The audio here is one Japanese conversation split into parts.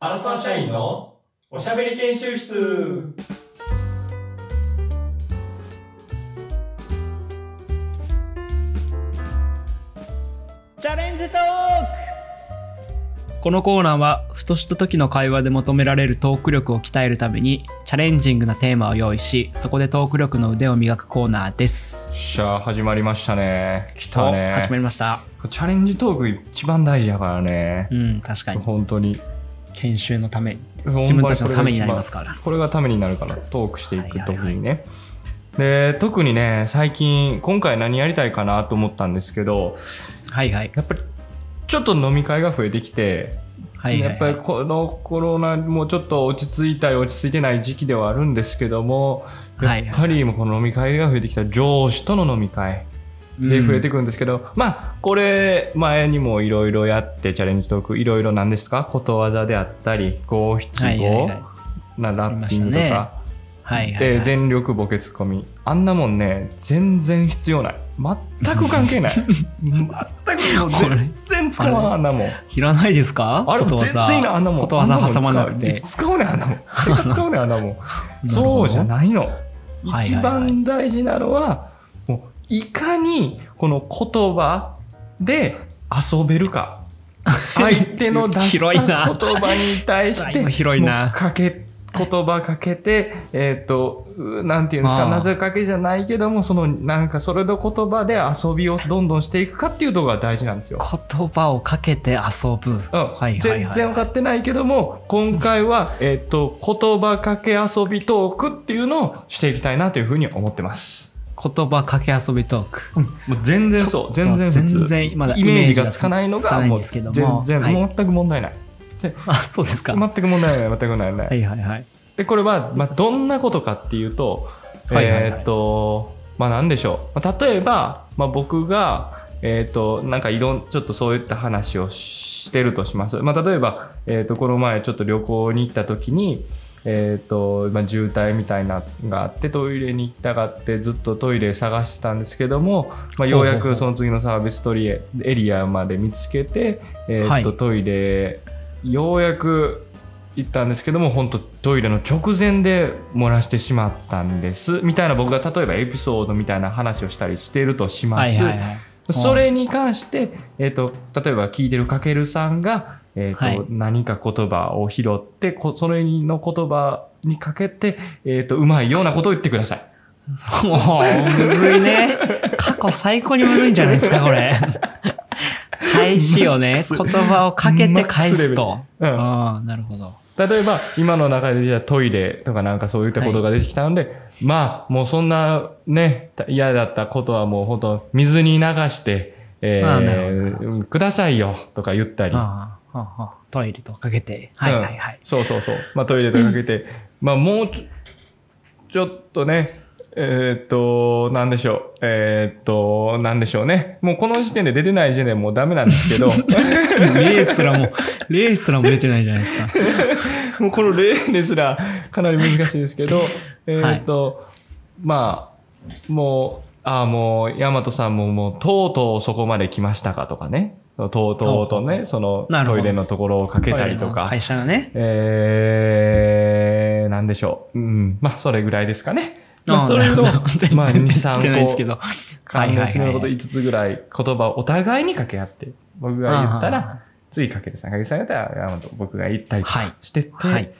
アラサー社員のおしゃべり研修室チャレンジトーこのコーナーはふとした時の会話で求められるトーク力を鍛えるためにチャレンジングなテーマを用意しそこでトーク力の腕を磨くコーナーです。しゃあ始まりましたね来たお始まねりました。チャレンジトーク一番大事やからねう、ん確かに本当に研修のために自分たちのためになりますから。これがためになるからトークしていく時にね、で特にね最近今回何やりたいかなと思ったんですけどはいはいやっぱりちょっと飲み会が増えてきてはいはやっいぱはりい。このコロナもちょっと落ち着いたり落ち着いてない時期ではあるんですけどもやはいっぱりもうこの飲み会が増えてきた上司との飲み会でうん増えてくるんですけど、まあこれ前にもいろいろやってチャレンジトークいろいろなんですかことわざであったり五七はいはいはい五なラッピングとありまか。はいはいではい。全力ボケツッコミあんなもんね全然必要ない全く関 係ない全くもうこれ全然使わんあんなもんいらないですか？あれことわ全ざ然いいなあんなもんことわざ挟まなくあんもんて。使ういつ使うね んあんなもん絶対使うねんあんなもんなるほどそうじゃないのいはいはい一番大事なのはもういかにこの言葉で遊べる か相手の出した広い言な葉に対しだ いてぶ広いなもうかけ言葉かけてえっ、とうなんていうんですあかあなぜかけじゃないけどもそのなんかそれの言葉で遊びをどんどんしていくかっていうところが大事なんですよ言葉をかけて遊ぶ。うんはいはい全然分はかってないけども今回 はえっと言葉かけ遊びトークっていうのをしていきたいなというふうに思ってます、い。言葉かけ遊びトーク。もう全然そう全然普通全然まだイメージがつかないのつかがないんもうですけ全ど然もはい全く問題ない、で あそうですか。全く問題ない全く問題ない、はいはいはい。でこれは、まあ、どんなことかっていうと、はいはいはいえーっとまあ何でしょう、まあ、例えば、まあ、僕がえーっとなんかいろんちょっとそういった話をしてるとします、まあ、例えば、えーっとこの前ちょっと旅行に行った時にえーっとまあ、渋滞みたいなのがあってトイレに行きたがってずっとトイレ探してたんですけども、まあ、ようやほうほうほくうその次のサービストリエエリアまで見つけて、えーっとはいトイレようやく行ったんですけども本当トイレの直前で漏らしてしまったんですみたいな僕が例えばエピソードみたいな話をしたりしてるとしまはいす、はいはい。それに関して、えー、と例えば聞いてるかけるさんが、えーとはい何か言葉を拾ってこそれの言葉にかけて、えー、とうまいようなことを言ってください。そう、むずいね。過去最高にむずいんじゃないですか、これ。返しをね、言葉をかけて返すマックと。スレベルうんああ、なるほど。例えば今の中でじゃあトイレとかなんかそういったことが出てきたので、まあもうそんなね嫌だったことはもう本当水に流して、えああなるほどなるーうんくださいよとか言ったり、ああ、はあはあトイレとかけて。はいはいはいうん。そうそうそう、まあ、トイレとかけ てまあもうちょちょっとねえーっとなんでしょうえーっとなんでしょうねもうこの時点で出てない時点でもうダメなんですけど例すらも、例すらも出てないじゃないですか。もう この例ですら かなり難しいですけ ど、えーっと、まあ、もう、ああ、もう、大和さんももう、とうとうそこまで来ましたかとかね、とうとうとね、そのなるほトどイレのところをかけたりとか会、社のね。えー、なんでしょう、うん、まあ、それぐらいですかね。まあ、それの、まなあるほど、 全2、然出てないですけ3個、ど。関連することはいはいはい5つぐらい言葉をお互いに掛け合って、僕が言ったああら、ついかけるさん、かけるさんが言ったら、大和僕が言ったりとかはいしてって、はい。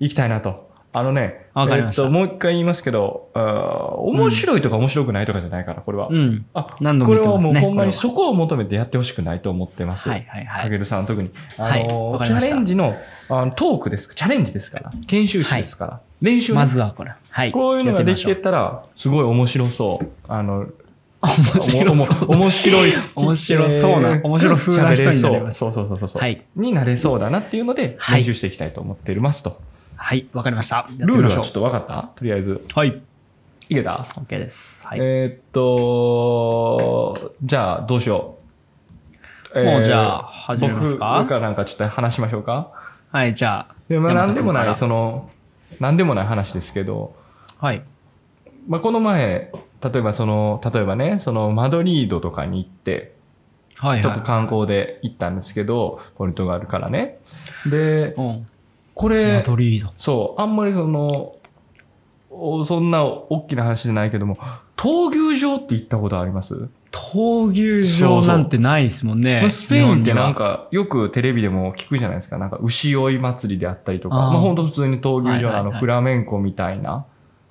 行きたいなと。あのね、わかりましたえっと、もう一回言いますけど、あー面白いとか面白くないとかじゃないから、これは。うん。あ何度も言ってますねこれはもうほんまにこれそはこを求めてやってほしくないと思ってます。はいはいはかい。けるさん特に。あはいのーわかチりャましたレンジのあのトークです。チャレンジですから。研修室ですから。練習ねまずはこれ。はい。こういうのができてやっったら、すごい面白そう。あの、みましょう面白そうおもおも面白い。面白そうな面白風な人になります喋れそうそうそうそうそう。はいになれそうだなっていうので、はい練習していきたいと思っておりますと。はい、わかりました。やってルーみルまはしちょょうっ。と分かったとりあえず。はい。いけた OK です。はい。えーっと、じゃあどうしよう。もうえーじゃあ始めますか僕僕なんかちょっと話しましょうか。はい、じゃあ。いやまあ山田なんでもな君い、かその、なんでもない話ですけど、らはい。まあこの前、例えばその、例えばね、そのマドリードとかに行って、はいはいちょっと観光で行ったんですけど、ポルトガルからね。で、うん。こマれ、ドリード。そう、あんまりその、おそんな大きな話じゃないけども、闘牛場って行ったことあります闘牛場なんてないですもんねま。あスペインってなんか。か、よくテレビでも聞くじゃないですか。なんか、牛追い祭りであったりとか、あーまあ本当普通に闘牛場のあはいはいの、はいフラメンコみたいな、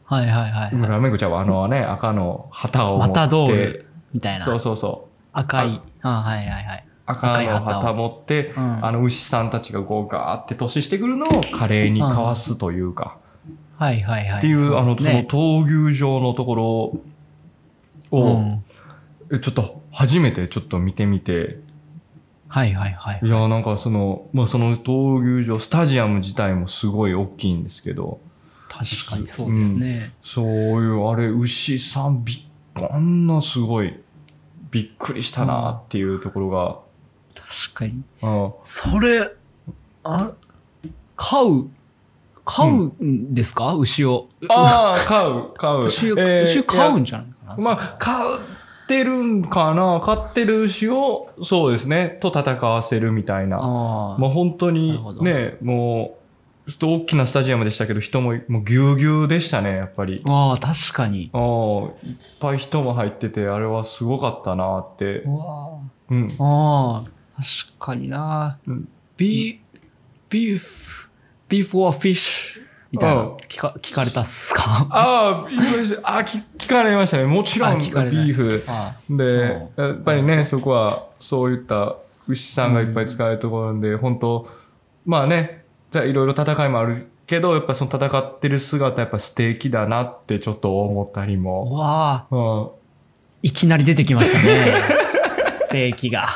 はいはいはいフはラメンコちゃんはあのね、赤の旗をい。持っマて、タドールみたいな。そうそうそう、赤い。あはいはいはい。赤赤いの旗を旗持って、うんあの牛さんたちがこうガーって突進してくるのを華麗にかわすというか、はいはいはい。っていう、そあの、でそすのね闘牛場のところを、うんえちょっと初めてちょっと見てみて、はいはいはい。いや、なんかその、まあその闘牛場、スタジアム自体もすごい大きいんですけど、確かにそうですね。そういう、あれ、牛さんびっ、あんなすごい、びっくりしたなっていうところ確かに。が、うんそれ、あ、飼う、飼うんですか、牛を。ああ、買う、買う。牛を、えー牛を飼ういんじゃないかな。やまあ、買ってるんかな買ってる牛を、そうですね、と戦わせるみたいな。あーまあ本当なるほにどね、もう、ちょっと大きなスタジアムでしたけど、人も、もうぎゅうぎゅうでしたね、やっぱり。あー、確かに。ああ、いっぱい人も入ってて、あれはすごかったなって。うわうん。ああー、確かになうん。ビー、ビーフ、ビーフはフィッシュみたいなうん聞か聞かれたっすかああ、言いましたあ聞聞かれましたね。もちろあん、ビ聞かれないーフ。あで、うやっぱりね、そこは、そういった牛さんがいっぱい使えるところなんで、本当まあね、じゃあいろいろ戦いもあるけど、やっぱその戦ってる姿、やっぱ素敵だなってちょっと思ったりーも。うわあ、うん。いきなり出てきまし たね。ステーキが。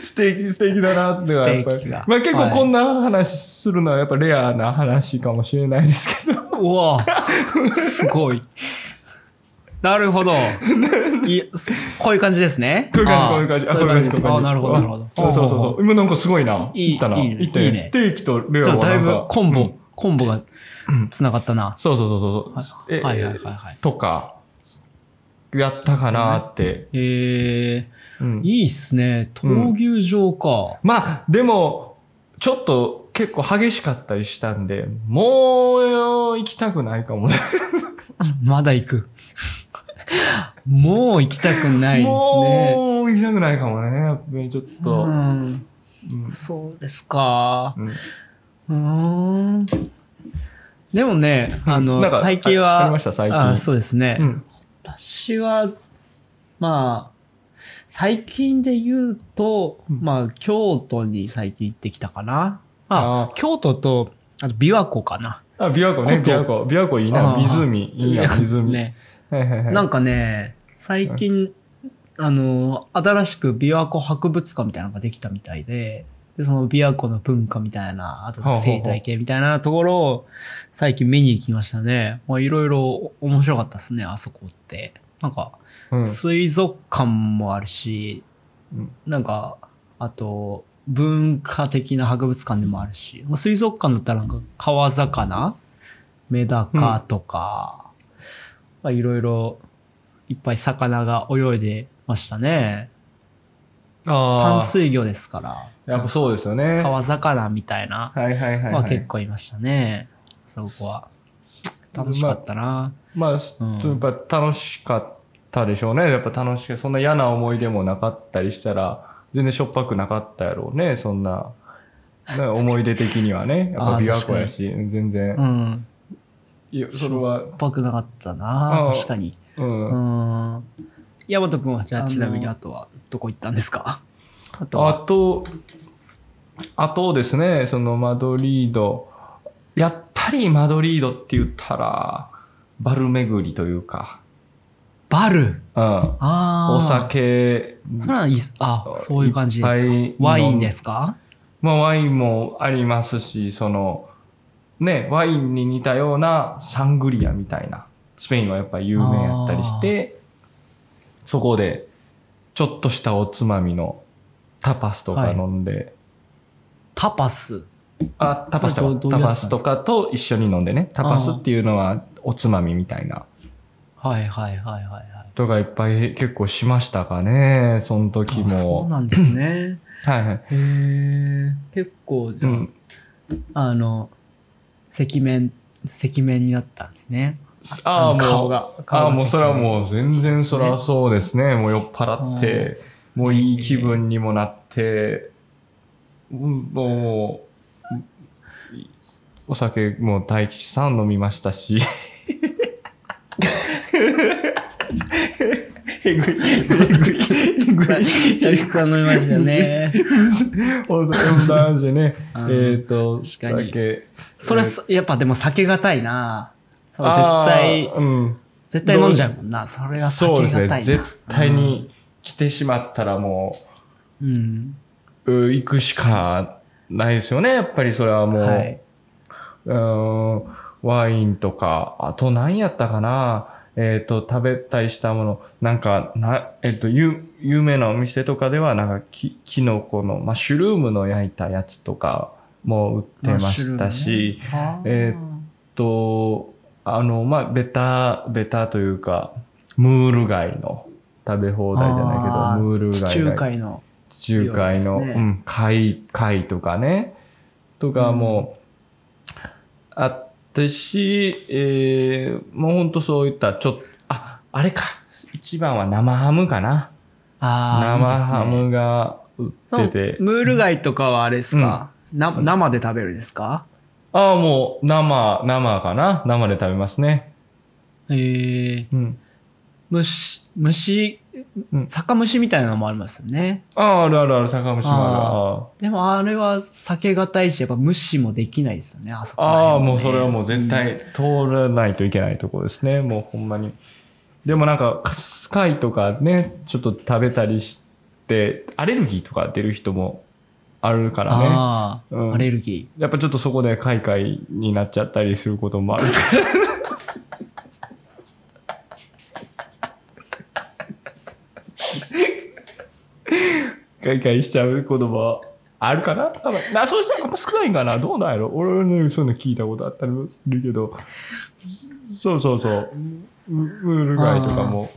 素敵、素敵だなってのはやっぱ素敵り。だまあ結は構いこんな話するのはやっぱレアな話かもしれないですけど。うわすごい。な るほど。いやすこういう感じですね。こういうあ感じ、こういーう感じ。そういう感じです。あーなるほど、なるほど。そうそうそうそう。今なんかすごいな。いいいったな。いいねいったいいね。ねステーキとレじアゃはあだいなんぶか。コンうボん、コンボが繋がったな。そうそうそうそう。えはいはいはいはい。とか、やったかなって。えうんー、いいっすね。闘牛場か。まあ、でも、ちょっと結構激しかったりしたんで、もう行きたくないかもね。まだ行く。 もう行きたくないですね。もう行きたくないかもね。やっぱりちょっと。うんうんそうですか。うんうーん。でもね、あのなん、か最近あは、ありました最近あそうですね。うん。私は、まあ、最近で言うと、うんまあ、京都に最近行ってきたかな。ああー京都と、あと、琵琶湖かな。あ、琵琶湖こね、と琵琶湖。琵琶湖いいな。あー湖。いいな、琵琶湖です湖。ね。はいはいはい。なんかね、最近、あの、新しく琵琶湖博物館みたいなのができたみたいで、でその琵琶湖の文化みたいな、あとほうほうほう生態系みたいなところを最近見に行きましたね。まあいろいろ面白かったですね、あそこって。なんか、うん水族館もあるし、うんなんか、あと、文化的な博物館でもあるし、まあ水族館だったらなんか川魚メダカとか、まあいろいろいっぱい魚が泳いでましたね。淡ああ。水魚ですから、やっぱそうですよね。は川魚みたいないはいはいはい。まあ結構いましたね。そこは。楽しかったな。まあ、うんやっぱ楽しかったでしょうね。やっぱ楽しく、そんな嫌な思い出もなかったりしたら、全然しょっぱくなかったやろうね、そんな。ね思い出的にはね。やっぱ あー琵琶湖やし、全う然。ん。いやそれは、うまくなかったなあ。あ確かに。うん。うん。ヤマト君は、じゃああ、のちなみにあとは、どこ行ったんですかあとあは、と、あとですね、そのマドリード、やっぱりマドリードって言ったら、バル巡りというか、バル。うん、ああ。お。酒、それはいいっす、あ、そういう感じですか。いっぱいワインですかまあワインもありますし、その、ね、ワインに似たようなサングリアみたいな、スペインはやっぱ有名やったりして、そこで、ちょっとしたおつまみのタパスとか飲んで、タパス。あ、タパスとどか、どういタうやパつなんですかスとかと一緒に飲んでね。タパスっていうのはおつまみみたいな。はいはいはいはいとかいっぱい結構しましたかね、その時はい。あそうも。なんですね。はいはい。へえ。結構、じうゃあん。あの、赤面、赤面になったんですね。ああ、ものう。顔が。顔あがあ、もうそれはもう全然そそうですねらそうですね。もう酔っ払って、もういい気分にもなって、うんもう、いお酒もう大吉さん飲みました し。えぐい、えぐい、えぐい。赤面飲みましたよね。本当なんですよね。えっ、うんと、確かに酒それ、そやっぱでも避けがたいな。それ絶あ対ー、うん。絶対飲んじゃうもんな。それはそう避でけがたすいな。ね。絶対に来てしまったらもうん。うん。う、う行くしかないですよね。やっぱりそれはもう。はい。うーんワインとか、あと何やったかな。えっ、と、食べたりしたもの、なんか、な、えっ、と、有有名なお店とかでは、なんか、き、キノコの、マッシュルームの焼いたやつとかも売ってましたし、あーえーと、あの、まあ、ベタ、ベタというか、ムール貝の食べ放題じゃないけあど、ムール貝が地中海の。地中海の、ようですねうん、貝、貝とかね、とかも、あったし、えー、もうほんとそういった、ちょっと、あ、あれか、一番は生ハムかな。ああ、生いハいですねムが売そうってて、ムール貝とかはあれですか、な生で食べるですかああ、もう生、生かな。生で食べますね。えー、うん。虫、虫う、ん酒蒸しみたいなのもありますよね。ああ、あるあるある、酒蒸しもある。あああでもあれは避けがたいし、やっぱ無視もできないですよね、あそこらあ辺はあ、ねもうそれはもう絶対通らないといけないところですね。もうほんまに。でもなんか、カスカイとかね、ちょっと食べたりして、アレルギーとか出る人もあるからね。ああ、うんアレルギやっぱちょっとそこでカイカイになっちゃったりすることもある から。カイカイしちゃうこともあるかな多分なそうしたらあんま少ないんかなどうなんやろ俺のそういうの聞いたことあったりもするけど。そうそうそう。ムムール貝とかも。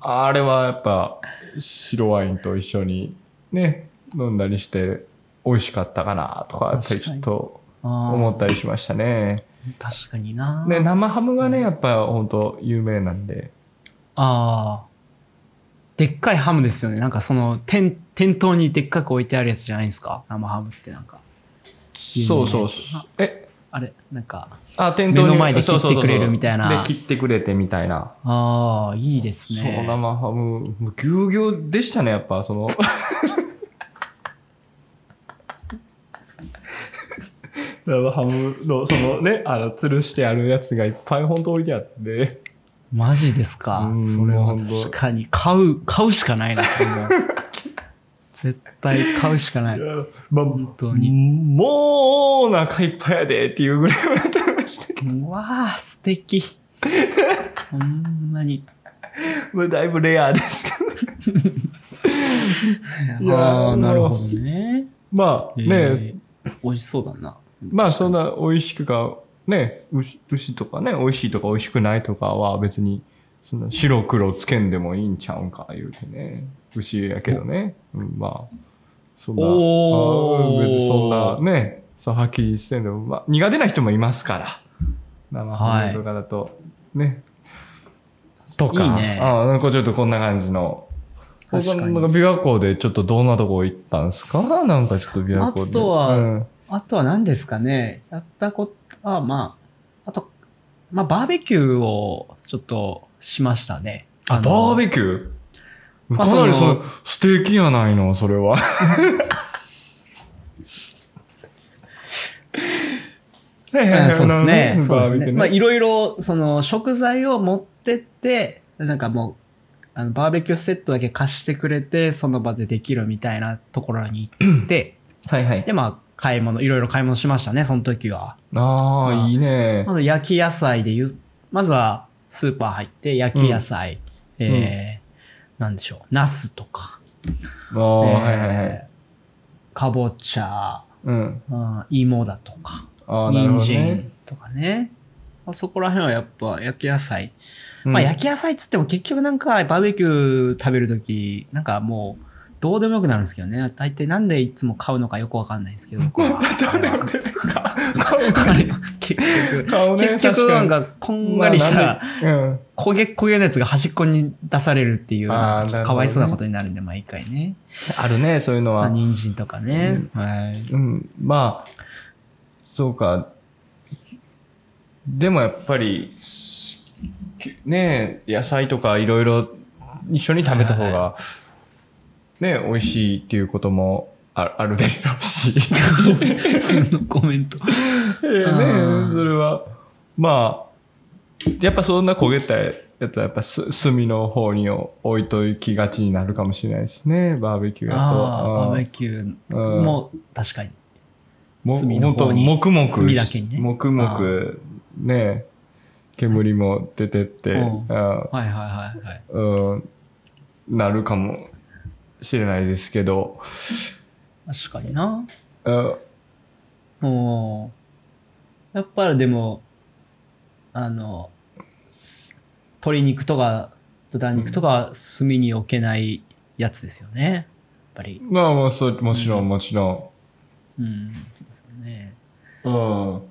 あれはやっぱ白ワインと一緒にね、飲んだりして美味しかったかなとか、やっぱりちょっとー。あ思ったり。りしましたね。確かにな。で、生ハムがね、やっぱ本当有名なんで。ああ。でっかいハムですよね。なんかその、店、店頭にでっかく置いてあるやつじゃないですか。生ハムってなんか。有名そうそうそう。え、あれ、なんか。あ、店頭に目の前で切ってくれるみたいなそうそうそうそうで、切ってくれてみたいな。ああ、いいですね。そう、生ハム、もうぎゅうぎゅうでしたね、やっぱ、そ の。生ハムの、そのね、あの、吊るしてあるやつがいっぱい本当置いてあって。マジですか。うんそれもはうほんと確かに。買う、買うしかないな、もう絶対買うしかな いい。やまあ本当にもう、お腹いっぱいやでっていうぐらいは食べましたけうわあ、素敵。ほんまに。ど、まあだいぶレアですけど。いや ああ、なるほどね。まあ、ね、えー美味しそうだな。まあそんな美味しくか、ね、牛牛とかね、美味しいとか美味しくないとかは別に、そんな白黒つけんでもいいんちゃうんか、言うてね。牛やけどね。うん、まあ、そんな、あおーー別にそんなね、そうはっきりしてんでも、まあ苦手な人もいますから。生ハムとかだと、ね。とか、いいねあーなんかちょっとこんな感じの。確かに他のなんか琵琶湖でちょっとどんなとこ行ったんですかなんかちょっと琵琶湖で。あとはうんあとは何ですかね。やったことは、まあ、あと、まあ、バーベキューをちょっとしましたね。あ、のバーベキューまあかなりそそのの、ステーキやないの、それ は。はいはいうんはいそうですね。なるほそうどバですね。まあ、ーベキューねいろいろ、その、食材を持ってって、なんかもう、あの、バーベキューセットだけ貸してくれて、その場でできるみたいなところに 行って、はいはい。で、まあ、買い物、いろいろ買い物しましたね、その時は。あまあ、あいいねま。ず焼き野菜で言う、まずは、スーパー入って、焼き野菜、えー、なんでしょう、ナスとか、ああ、えーはいはいはい。かぼちゃ、うん。うん、芋だとか、ああ、なるほ人どね。参とかね。まあそこら辺はやっぱ焼き野菜うんまあ、焼き野菜っつっても結局なんかバーベキュー食べるとき、なんかもう、どうでもよくなるんですけどね。大体なんでいつも買うのかよくわかんないんです けど、僕は誰も出てこないあれは 結局、顔 ね結局なんかこんがりしまあた、うん焦げ焦げのやつが端っこに出されるっていう、あーなんなかるほどねかわいそうなことになるんで、毎回ね。あるねそういうのまあは、人参とかね。はい。うん、まあそうかでもやっぱりすねえ野菜とかいろいろ一緒に食べた方がねえ美味しいっていうこともああるでしょうし普通のコメント。ええねうんそれはまあやっぱそんな焦げたやつはやっぱす炭の方に置いときがちになるかもしれないですねバーベキューだとああ、うんバーベキューうんも確かに。も炭の本当方に黙々炭だけにね黙々ね煙も出てって、うんあはいはいはいはい。うん、なるかもしれないですけど、確かにな。うんもう、やっぱりでも、あの、鶏肉とか豚肉とか炭に置けないやつですよね。やっぱり。まあもうそうもちろんもちろうん。そうですよね。ん、うん、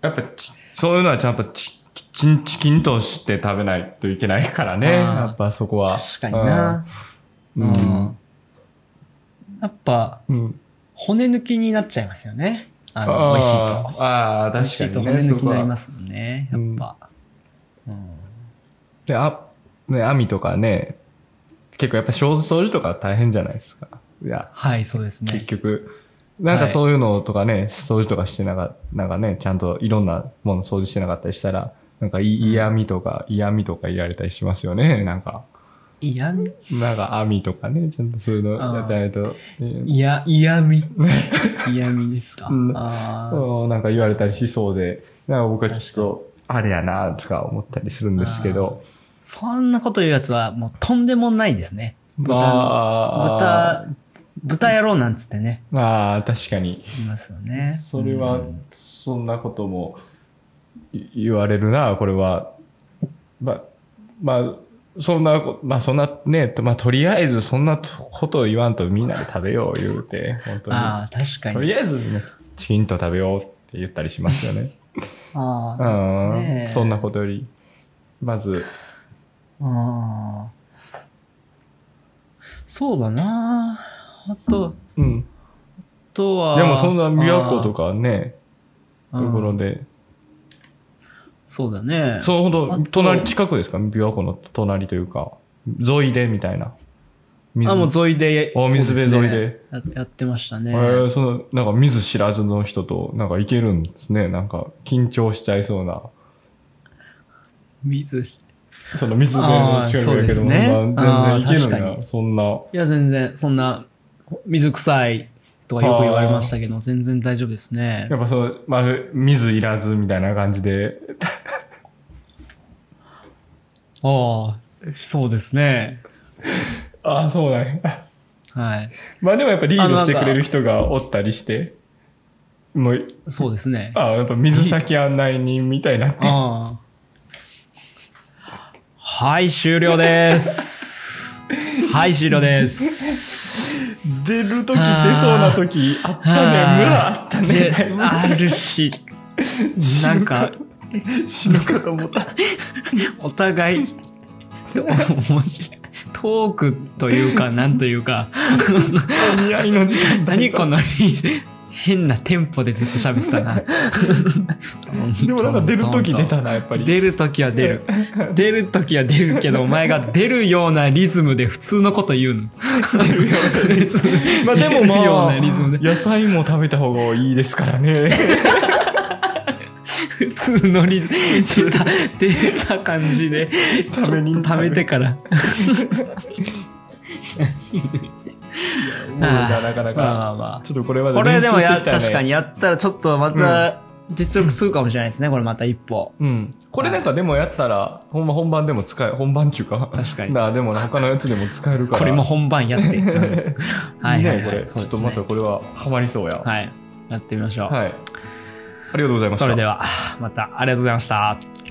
やっぱちそういうのはちゃんとちちんちきんとして食べないといけないからねあーやっぱそこは確かにな。うんうんやっぱ、うん、骨抜きになっちゃいますよね。あの、あ美味しいと。ーあー美味しい確かとに、骨ね、抜きになりますすもんね。やっぱ。うんであね網とかね結構やっぱ掃除掃除とか大変じゃないですかいやはい、そうです結ね。局、なんはかいそういうのとかね、掃除とかしてなかなんかね、ちゃんといろんなもの掃除してなかったりしたら、なんかい嫌味とか、嫌味とか言われたりしますよね、 なんか。嫌味なんか網とかね、ちゃんとそういうのやってないと、ねいや、嫌味。嫌味ですか。うんあーうんなんか言われたりしそうで、なんか僕はちょっと、あれやなとか思ったりするんですけど。そんなこと言うやつは、もうとんでもないですね。豚、あ豚、豚野郎なんつってね、ー、あー確かに。いますよね。それはうんそんなこともい言われるなこれはまあまあそんなこまあそんなねとまあとりあえずそんなとことを言わんとみんなで食べよう言うて本当にああ、確かとに。りあえずみんなチキンと食べようって言ったりしますよねあうあ、ん、ですねそんなことよりまずあーそうだなあと、うんあとは。でもそんな琵琶湖とかねあとーこうろんでそうだね。そうほあどと隣近くですか琵琶湖の隣というか沿いでみたいな水あ、もう沿いで。あ水辺そうすね沿いでや。やってましたね。えー、そのなんか見ず知らずの人となんかいけるんですねなんか緊張しちゃいそうな水し、その水辺の近くやけども、あまーあそうです全然ねいけあーる確んかだそんないや、全然、そんな、水臭いとかよく言われましたけど、全然大丈夫ですねや。っぱその、まあ、見ずいらずみたいな感じでああ、そうですね。ああそうだねはい。 まあでもやっぱリードしてくれる人がおったりしてもうそうですね。ああやっぱ水先案内人みたいになってああ。はい、終 了です。はい、終了です。出る時出そうな時あったねムラあったねだいぶあるし、なんか、 死ぬかと思った お互い、 面白い。トークというか、なんというか、お似合いの時間だ何このリ変なテンポでずっと喋ってたな。 でもなんか出る時出たなやっぱり出るときは出る。 出るときは出るけど、お前が出るようなリズムで普通のこと言うの。出るようなリズム。まあでもま 出るようあなリズムで。野菜も食べた方がいいですから ね。普通のリズム。出た、出た感じで。ために貯めてから。もうなかなまか。あまあ。ちょっとこれはこれでもや、練習していきたいね確かに。やったらちょっとまた実力するかもしれないですね。これまた一歩。うん。これなんかでもやったら、ほんま本番でも使え、本番中か。確かになあ、でもな他のやつでも使えるから。これも本番 やって。うんははいいははいいこはれ。い。ちそょうっでとすねまたこれはハマりそうや。はい。はい。やってみましょう。ありがとうございました。それでは、またありがとうございました。